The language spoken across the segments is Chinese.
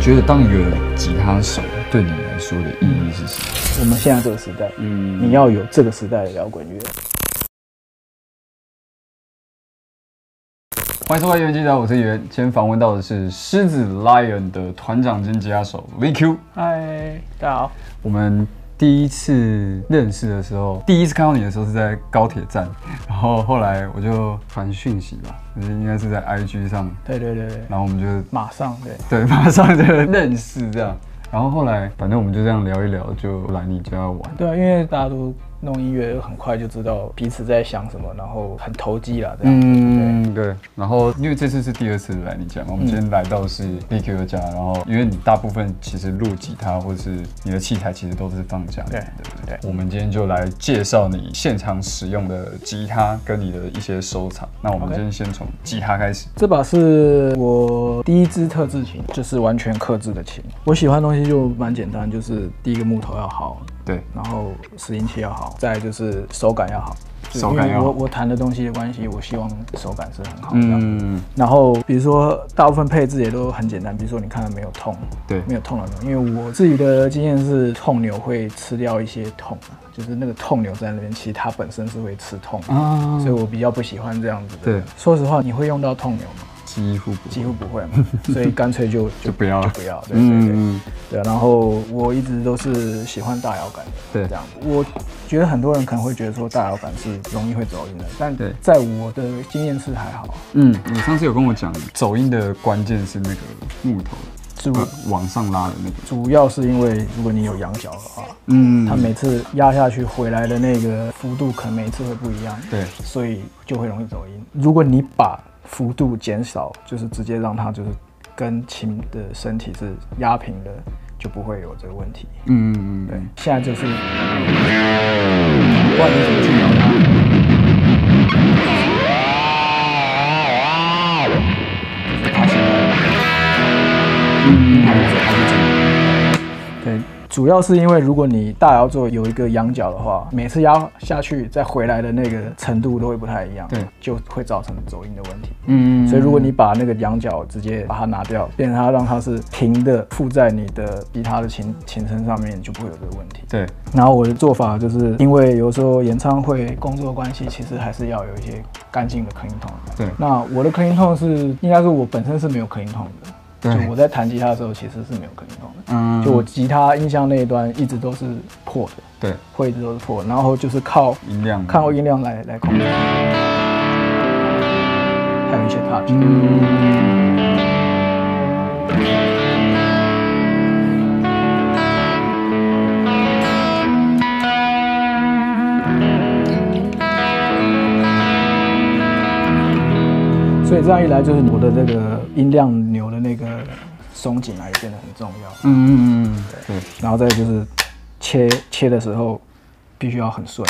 觉得当一个吉他手对你来说的意义是什么？我们现在这个时代，嗯，你要有这个时代的摇滚乐。欢迎收看《乐记者》，我是袁。今天访问到的是狮子 Lion 的团长兼吉他手 VQ。嗨，大家好。我们第一次认识的时候，第一次看到你的时候是在高铁站，然后后来我就传讯息吧，就是应该是在 IG 上，对对对对，然后我们就马上对，对马上就认识这样。然后后来，反正我们就这样聊一聊，就来你家玩。对啊，因为大家都弄音乐，很快就知道彼此在想什么，然后很投机啦，这样。嗯，对。然后因为这次是第二次来你家嘛，我们今天来到是 BQ 的家，然后因为你大部分其实录吉他或是你的器材其实都是放家里，对对不对？对我们今天就来介绍你现场使用的吉他跟你的一些收藏。那我们 OK 今天先从吉他开始。这把是我第一支特制琴，就是完全克制的琴。我喜欢的东西就蛮简单，就是第一个木头要好，对，然后拾音器要好，再来就是手感要好。就是手感要好因为我我弹的东西的关系，我希望手感是很好的。嗯，然后比如说大部分配置也都很简单，比如说你看到没有痛，对没有痛了没有？因为我自己的经验是痛牛会吃掉一些痛，啊就是那个痛牛在那边，其实它本身是会吃痛的。啊所以，我比较不喜欢这样子的。对，说实话，你会用到痛牛吗？几乎不几乎不会 嘛，所以干脆就就不要了就不要。对对对。嗯，对，然后我一直都是喜欢大摇杆的，对这样。我觉得很多人可能会觉得说大摇杆是容易会走音的，但对在我的经验是还好，嗯，你上次有跟我讲，走音的关键是那个木头主呃往上拉的那个，主要是因为如果你有羊角的话，嗯它每次压下去回来的那个幅度可能每一次会不一样，对，所以就会容易走音。如果你把幅度减少，就是直接让它就是跟琴的身体是压平的，就不会有这个问题。嗯嗯嗯，对，现在就是不然你怎么去咬啊它？爬行。嗯，它就走，它就走。对，主要是因为如果你大摇做有一个仰角的话，每次压下去再回来的那个程度都会不太一样，对就会造成走音的问题。嗯所以如果你把那个仰角直接把它拿掉，变成它让它是平的附在你的吉他的琴琴身上面，就不会有这个问题。对，然后我的做法就是因为有时候演唱会工作关系，其实还是要有一些干净的 clean tone 的。对那我的 clean tone 是应该说我本身是没有 clean tone 的，对就我在弹吉他的时候其实是没有 clean tone 的。嗯就我吉他音箱那一端一直都是破的，对会一直都是破的，然后就是靠音量嘛，靠音量来来控制，还有一些 touch。嗯，所以这样一来，就是我的这个音量牛的那个松紧啊，也变得很重要。嗯嗯嗯，对，然后再就是切切的时候，必须要很顺。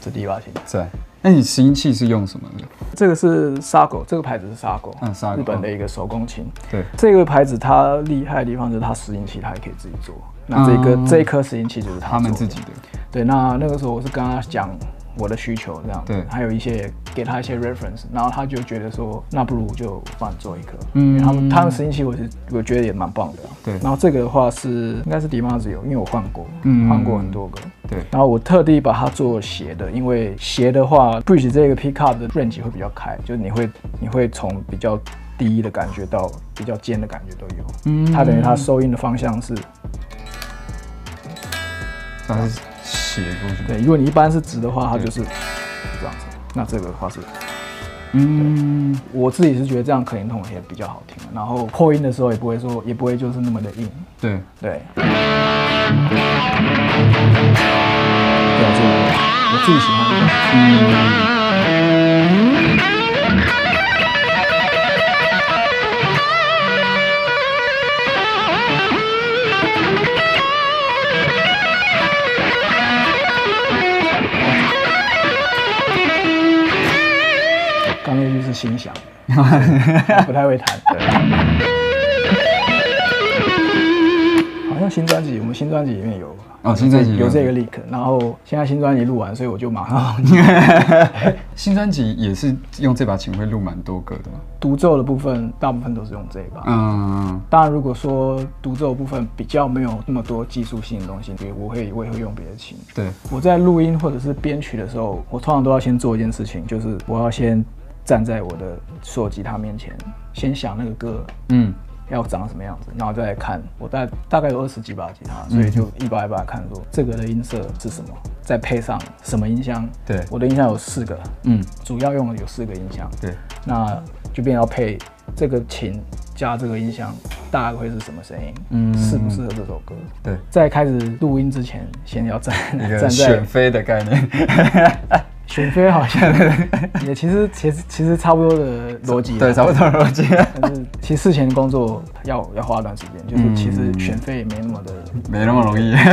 这第一把琴。在。那你拾音器是用什么的？这个是沙狗，这个牌子是沙狗，嗯沙狗日本的一个手工琴。对，这个牌子它厉害的地方就是它拾音器它也可以自己做。那这个、嗯这一颗拾音器就是它他们做自己的的。对，那那个时候我是跟他讲我的需求这样，对还有一些给他一些 reference，然后他就觉得说，那不如就帮你做一颗，嗯因为他们他们拾音器我是我觉得也蛮棒的啊、对然后这个的话是应该是迪马子有，因为我换过，嗯换过很多个。对然后我特地把它做斜的，因为斜的话，bridge 这个 pickup 的 range 会比较开，就是你会你会从比较低的感觉到比较尖的感觉都有。嗯它等于它收音的方向是它是斜过去。，对，如果你一般是直的话，它对就是这样子。那这个的话是，嗯，我自己是觉得这样可能痛也比较好听，啊然后破音的时候也不会说，也不会就是那么的硬。对，对。对啊，这个我自己喜欢的。 Thank 不太会弹。对好像新专辑，我们新专辑里面有哦新专辑里面有这个 link，然后现在新专辑录完，所以我就马上嗯新专辑也是用这把琴会录蛮多歌的嘛。独奏的部分，大部分都是用这一把。嗯，当然，如果说独奏部分比较没有那么多技术性的东西，比如我会我也会用别的琴。对，我在录音或者是编曲的时候，我通常都要先做一件事情，就是我要先站在我的所有吉他面前，先想那个歌嗯，要长什么样子，然后再来看。我大大概有二十几把吉他，嗯所以就一把一把看说这个的音色是什么，再配上什么音箱。对我的音箱有四个，嗯，主要用的有四个音箱。对，那就变成要配这个琴加这个音箱，大概会是什么声音？嗯嗯，适不适合这首歌？对，在开始录音之前，先要站一站个在选妃的概念。选妃，好像 也其实其实其实差不多的逻辑，对，差不多逻啊辑。但是其实事前工作要要花一段时间，就是其实选妃也没那么的。 没那么容易。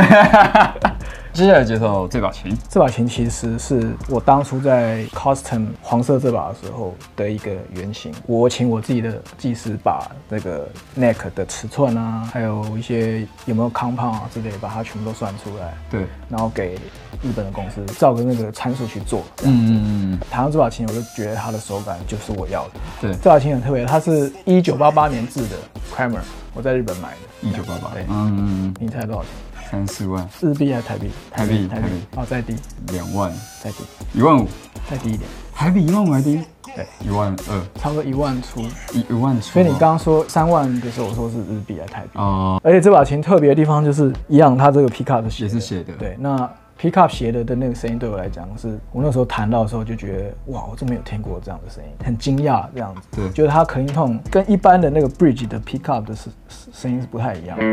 接下来介绍这把琴，这把琴其实是我当初在 custom 黄色这把的时候的一个原型。我请我自己的技师把这个 neck 的尺寸啊，还有一些有没有 compound 啊之类，把它全部都算出来，对，然后给日本的公司照着那个参数去做。嗯，弹到这把琴，我就觉得它的手感就是我要的。对，这把琴很特别，它是一九八八年制的 Kramer，我在日本买的。一九八八对，嗯，你猜多少钱？三四万，日币还是台币？台币台台币币。哦，再低，两万，再低，一万五，再低一点，还比一万五还低，对，一万二，差不多一万出。一一万出。所以你刚刚说三万的时候，我说是日币还是台币？哦，而且这把琴特别的地方就是一样，它这个 pickup 也写是写的，，对，那 pickup 斜的的那个声音对我来讲，是我那时候弹到的时候就觉得，哇，我真没有听过这样的声音，很惊讶这样子。对就是它可音痛跟一般的那个 bridge 的 pickup 的声声声音是不太一样的。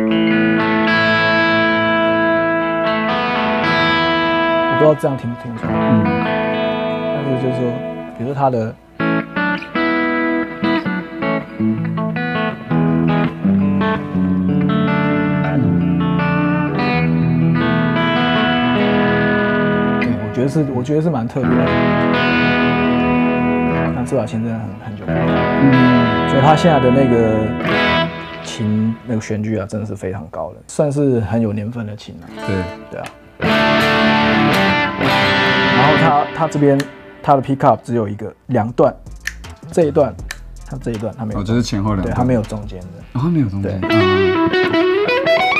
我不知道这样听不听得出来，嗯，但是就是说，比如说它的。对，嗯我觉得是，我觉得是蛮特别的。那这把琴真的很很久没有了，嗯，所以它现在的那个琴那个旋律啊，真的是非常高的，算是很有年份的琴了、对，对啊。然后它它这边它的 pickup 只有一个两段，这一段，它这一段它没有，哦，就是前后两对段，它没有中间的，哦，它没有中间，对嗯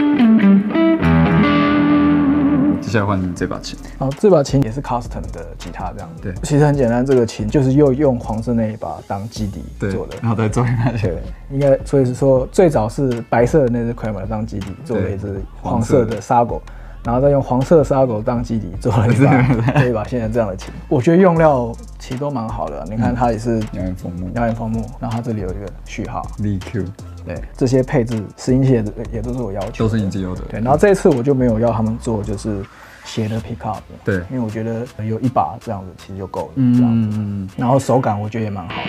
嗯接下来换这把琴，然后哦这把琴也是 custom 的吉他这样子。对其实很简单，这个琴就是又用黄色那一把当基底对做的，。然后再做一把琴，对，应该所以是说最早是白色的那只 Kramer 当基底做了一只黄色的沙狗，然后再用黄色沙狗当基底做了一把 对这一把现在这样的琴。我觉得用料其实都蛮好的，你看它也是两眼枫木鸟眼枫木，然后它这里有一个序号， ，VQ 对，这些配置拾音器也也都是我要求都的，是你自由的，对，然后这一次我就没有要他们做就是斜的 pickup，对因为我觉得有一把这样子其实就够了，这样子，嗯。然后手感我觉得也蛮好的。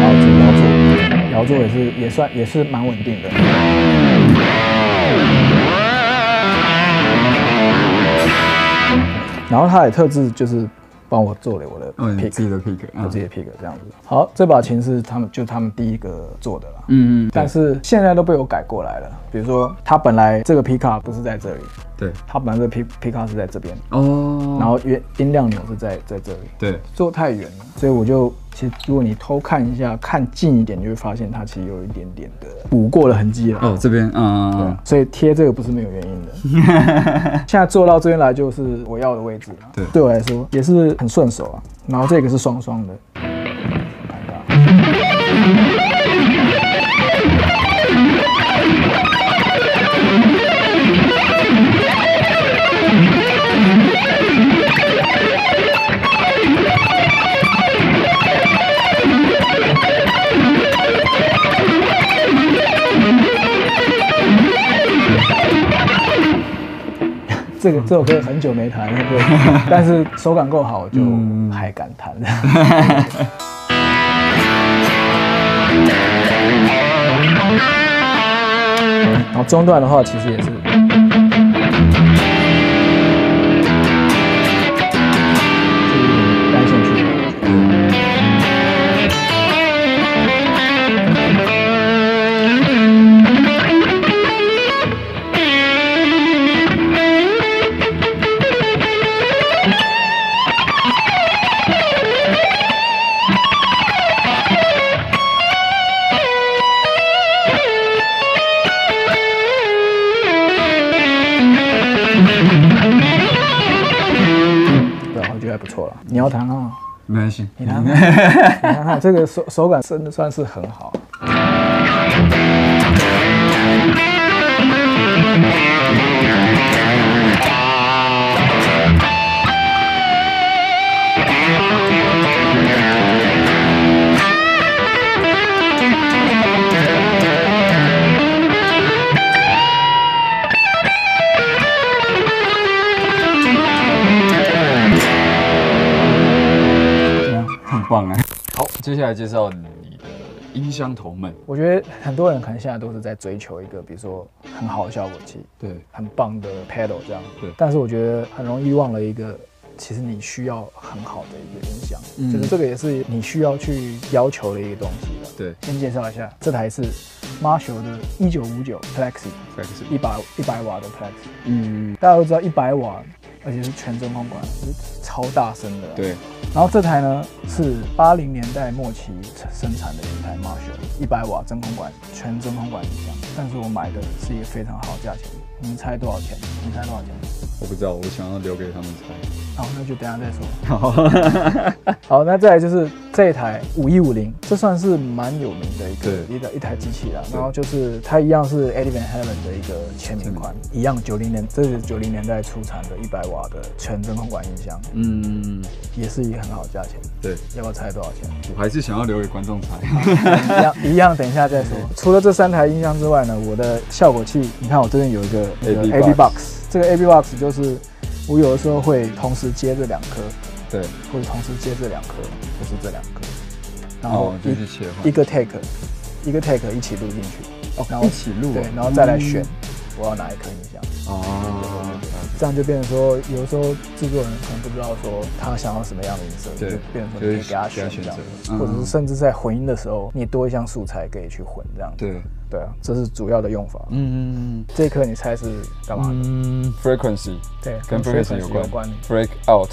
然后主摇座，摇座也是也算也是蛮稳定的。然后它也特制就是帮我做了我的哦，你 pick，、自己的 pick，我嗯自己的 pick 这样子。好，这把琴是他们就他们第一个做的啦。嗯嗯，但是现在都被我改过来了，比如说，它本来这个皮卡不是在这里，对，它本来这个皮皮卡是在这边，哦，然后原音量钮是在在这里，对，坐太远了，所以我就其实如果你偷看一下，看近一点，你就会发现它其实有一点点的补过的痕迹了。哦，这边，对嗯啊，所以贴这个不是没有 原因的。现在坐到这边来就是我要的位置了。对对我来说也是很顺手啊。然后这个是双双的。这个这首歌很久没弹了， 对，但是手感够好，我就嗯还敢弹。然后中段的话，其实也是。就是有点单线曲的感觉对啊，我觉得还不错了。你要 弹啊，没关系，你弹啊，你弹啊，这个手手感真的算是很好。很棒啊。好，接下来介绍你的音箱头们。我觉得很多人可能现在都是在追求一个，比如说很好的效果器，对，很棒的 pedal 这样。对但是我觉得很容易忘了一个，其实你需要很好的一个音响，嗯就是这个也是你需要去要求的一个东西了。对先介绍一下，这台是 Marshall 的1959 Plexi，一百一百瓦的 Plexi。嗯，大家都知道一百瓦，而且是全真空管，是超大声的。。啊对，然后这台呢是八零年代末期生产的一台 Marshall 一百瓦真空管全真空管音箱，但是我买的是一个非常好的价钱，你们猜多少钱？你们猜多少钱？我不知道，我想要留给他们猜。好，那就等一下再说。好，好，那再来就是这一台五一五零，这算是蛮有名的一个对一台一台机器啦。对然后就是它一样是 Eddie Van Halen 的一个签名款，一样九零年，这是九零年代出产的一百瓦的全真空管音箱，嗯，也是一个很好的价钱。对，要不要猜多少钱？我还是想要留给观众猜。 一样一样，等一下再嗯说。除了这三台音箱之外呢，我的效果器，你看我这边有一个 AB A B box Box，这个 A B Box 就是我有的时候会同时接这两颗，对，或者同时接这两颗，或是这两颗，然后哦，就一、是切换一个 take，一个 take 一起录进去，哦然后一起录啊对，然后再来选我要哪一颗音箱，哦，这样就变成说，有时候制作人可能不知道说他想要什么样的音色，对就变成说你可以给他就是给他选选这样择，嗯或者是甚至在混音的时候，你多一项素材可以去混这样，对，对啊，这是主要的用法。嗯这一颗你猜是干嘛的？嗯，frequency 对，跟 frequency 有有关关。，break out，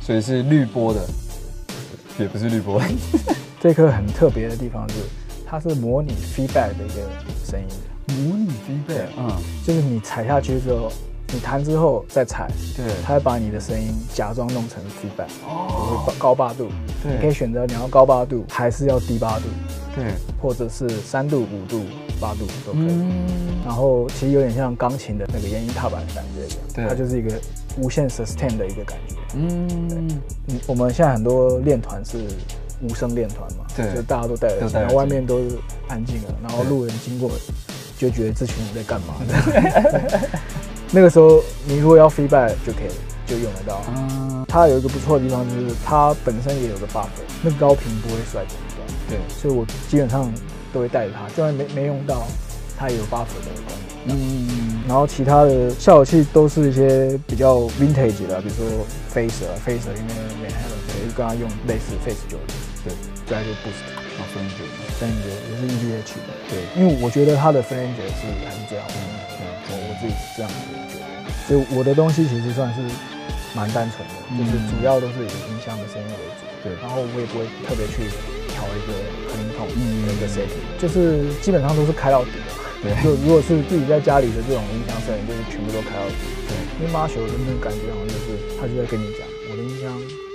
所以是滤波的，也不是滤波，这颗很特别的地方是，它是模拟 feedback 的一个声音。模拟 feedback，嗯，就是你踩下去之后，你弹之后再踩，对它会把你的声音假装弄成 feedback，哦，就是高八度，对你可以选择你要高八度还是要低八度，对，或者是三度、五度、八度都可以。嗯，然后其实有点像钢琴的那个延音踏板的感觉一样，对它就是一个无限 sustain 的一个感觉。嗯，嗯，我们现在很多练团是无声练团嘛，对就大家都戴耳都机，戴耳然机后外面都是安静的，然后对路人经过就觉得这群人在干嘛 那个时候你如果要 feedback 就可以就用得到。啊，它有一个不错的地方就是它本身也有个 buffer，那高频不会摔成这样，对，所以我基本上都会带着它，就算没没用到，它也有 buffer 的功能。嗯，然后其他的效果器都是一些比较 vintage 的，比如说 Facer 啊，Facer 因为 Van Halen 就跟他用类似 Face 九零，对，再就 Boost 好分解， Fender 也是 EVA 曲的，对，因为我觉得它的 Fender 是还是最好用的，我我自己是这样觉得，所以我的东西其实算是蛮单纯的，就是嗯主要都是以音箱的声音为主，对然后我也不会特别去调一个 clean tone 嗯的一个 setting，就是基本上都是开到底的。对就如果是自己在家里的这种音箱摄影，就是全部都开到底。对，因为马修的那个感觉好像就是他就在跟你讲，我的音箱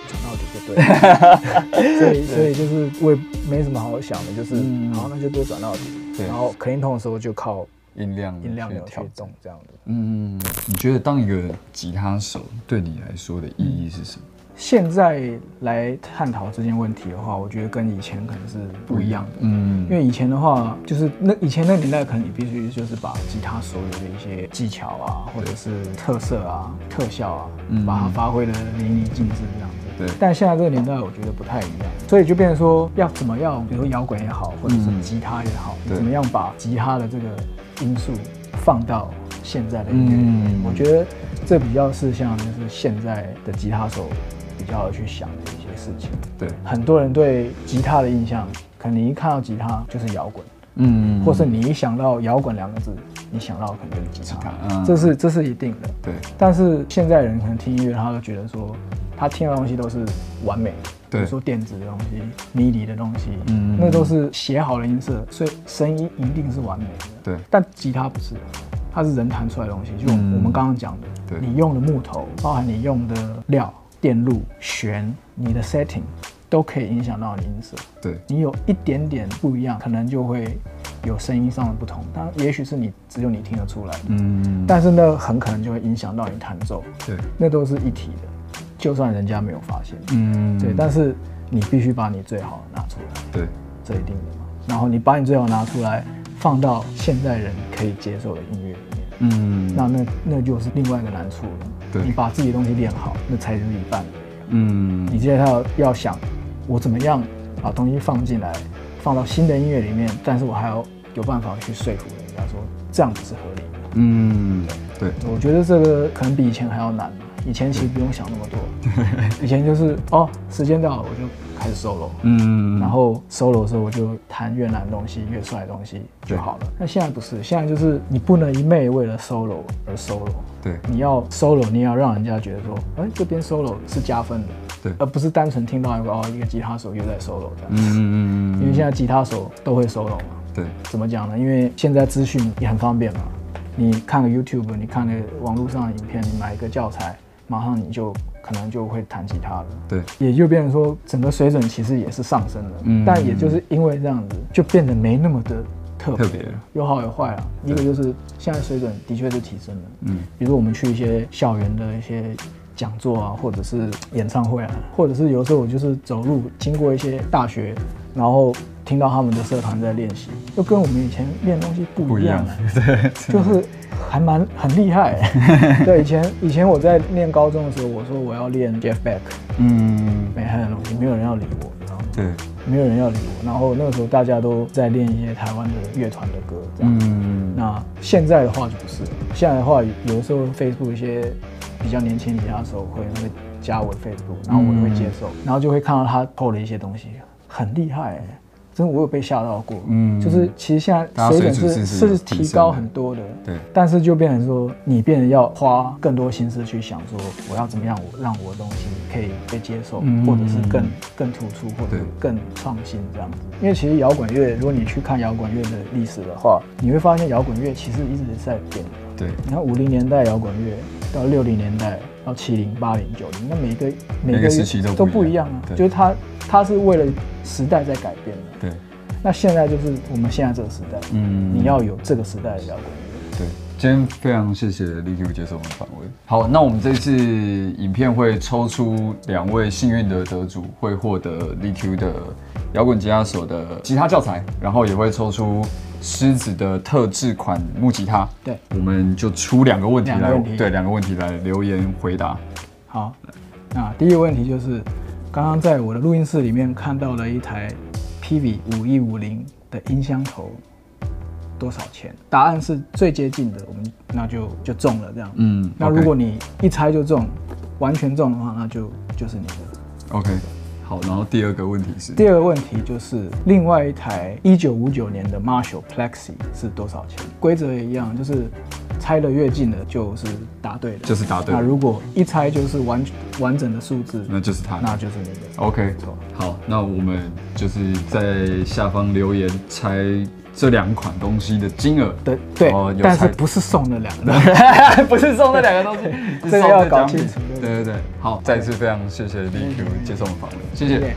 讲到底就对了。 所以所以就是我也没什么好想的，就是嗯好那就多转到底。对然后 clean tone 的时候就靠音量音量钮去调动这样子。嗯，你觉得当一个吉他手对你来说的意义是什么？现在来探讨这件问题的话，我觉得跟以前可能是不一样的。嗯因为以前的话，就是那以前那年代，可能你必须就是把吉他所有的一些技巧啊，或者是特色啊、特效啊，嗯把它发挥的淋漓尽致这样子。对但现在这个年代，我觉得不太一样，所以就变成说要怎么样，比如说摇滚也好，或者是嗯吉他也好，对怎么样把吉他的这个因素放到现在的音乐里面。嗯我觉得这比较是像就是现在的吉他手比较去想的一些事情。对，很多人对吉他的印象，可能你一看到吉他就是摇滚，嗯或是你一想到摇滚两个字，你想到可能就是吉他，吉他嗯这是这是一定的。对但是现在人可能听音乐，他都觉得说，他听的东西都是完美的，比对如说电子的东西、迷离的东西，嗯那都是写好的音色，所以声音一定是完美的。对但吉他不是，它是人弹出来的东西，就我嗯们刚刚讲的，对你用的木头，包含你用的料、电路、弦、你的 setting，都可以影响到你音色。对你有一点点不一样，可能就会有声音上的不同，当然也许是你只有你听得出来的，嗯但是呢，很可能就会影响到你弹奏，对那都是一体的，就算人家没有发现，嗯对，但是你必须把你最好的拿出来。对这一定的嘛。然后你把你最好拿出来，放到现在人可以接受的音乐里面，嗯那那那就是另外一个难处了。对你把自己的东西练好，那才是一半的。嗯你接下来要要想，我怎么样把东西放进来，放到新的音乐里面，但是我还要有办法去说服人家说这样子是合理的。嗯对我觉得这个可能比以前还要难吧。以前其实不用想那么多，以前就是哦，时间到了我就开始 solo，嗯然后 solo 的时候我就弹越难的东西、越帅的东西就好了。那现在不是，现在就是你不能一昧为了 solo 而 solo，对你要 solo，你也要让人家觉得说，哎，这边 solo 是加分的，对而不是单纯听到一个哦一个吉他手又在 solo 这样。嗯嗯嗯因为现在吉他手都会 solo 嘛，对怎么讲呢？因为现在资讯也很方便嘛，你看个 YouTube，你看个网络上的影片，你买一个教材，马上你就可能就会弹吉他了。对也就变成说，整个水准其实也是上升的，嗯但也就是因为这样子，就变得没那么的特别，特别有好有坏啊。一个就是现在水准的确是提升了，嗯比如我们去一些校园的一些讲座啊，或者是演唱会啊，或者是有时候我就是走路经过一些大学，然后听到他们的社团在练习，就跟我们以前练的东西不不一一样样啊，对就是还蛮很厉害 欸、对，以前以前我在念高中的时候，我说我要练 Jeff Beck。嗯美汉的东西，没有人要理我，你知道吗？对没有人要理我。然后那个时候大家都在练一些台湾的乐团的歌，这样。嗯那现在的话就不是，现在的话有的时候 Facebook 一些比较年轻的吉他手会会加我的 Facebook，然后我也会接受，嗯然后就会看到他 PO 的一些东西，很厉害、欸，真的我有被吓到过。嗯就是其实现大在家水准水准是是有是提提升的高很多的。对但是就变成说，你变得要花更多心思去想说，我要怎么样我让我的东西可以被接受，嗯或者是更更突出，或者对是更创新这样子。因为其实摇滚乐，如果你去看摇滚乐的历史的话，你会发现摇滚乐其实一直在变。对你看五零年代摇滚乐到六零年代到七零、八零、九零，那每一个每每个时期都都不不一一样样啊，对就是它它是为了时代在改变的。对那现在就是我们现在这个时代，嗯你要有这个时代的摇滚乐。对，今天非常谢谢 LQ 接受我们的访问。好，那我们这次影片会抽出两位幸运的得主，会获得 LQ 的摇滚吉他手的吉他教材，然后也会抽出狮子的特制款木吉他。对，我们就出两个问题两来，个问题对，两个问题来留言回答。好，那第一个问题就是，刚刚在我的录音室里面看到了一台 PV 五一五零的音箱头，多少钱？答案是最接近的，我们那就就中了这样。嗯那如果你一猜就中，完全中的话，那就就是你的。 OK，好，然后第二个问题是，第二个问题就是，另外一台一九五九年的 Marshall Plexi 是多少钱？规则也一样，就是猜的越近的就是答对的，就是答对那如果一猜就是完完整的数字，那就是他。那就是你的。 OK，错好，那我们就是在下方留言猜这两款东西的金额。对对，哦有但猜是 不是送了两个？不是送这两个东 西，这个要搞清楚 对对对，好，再次非常谢谢 DQ 接受我们访问，谢谢。对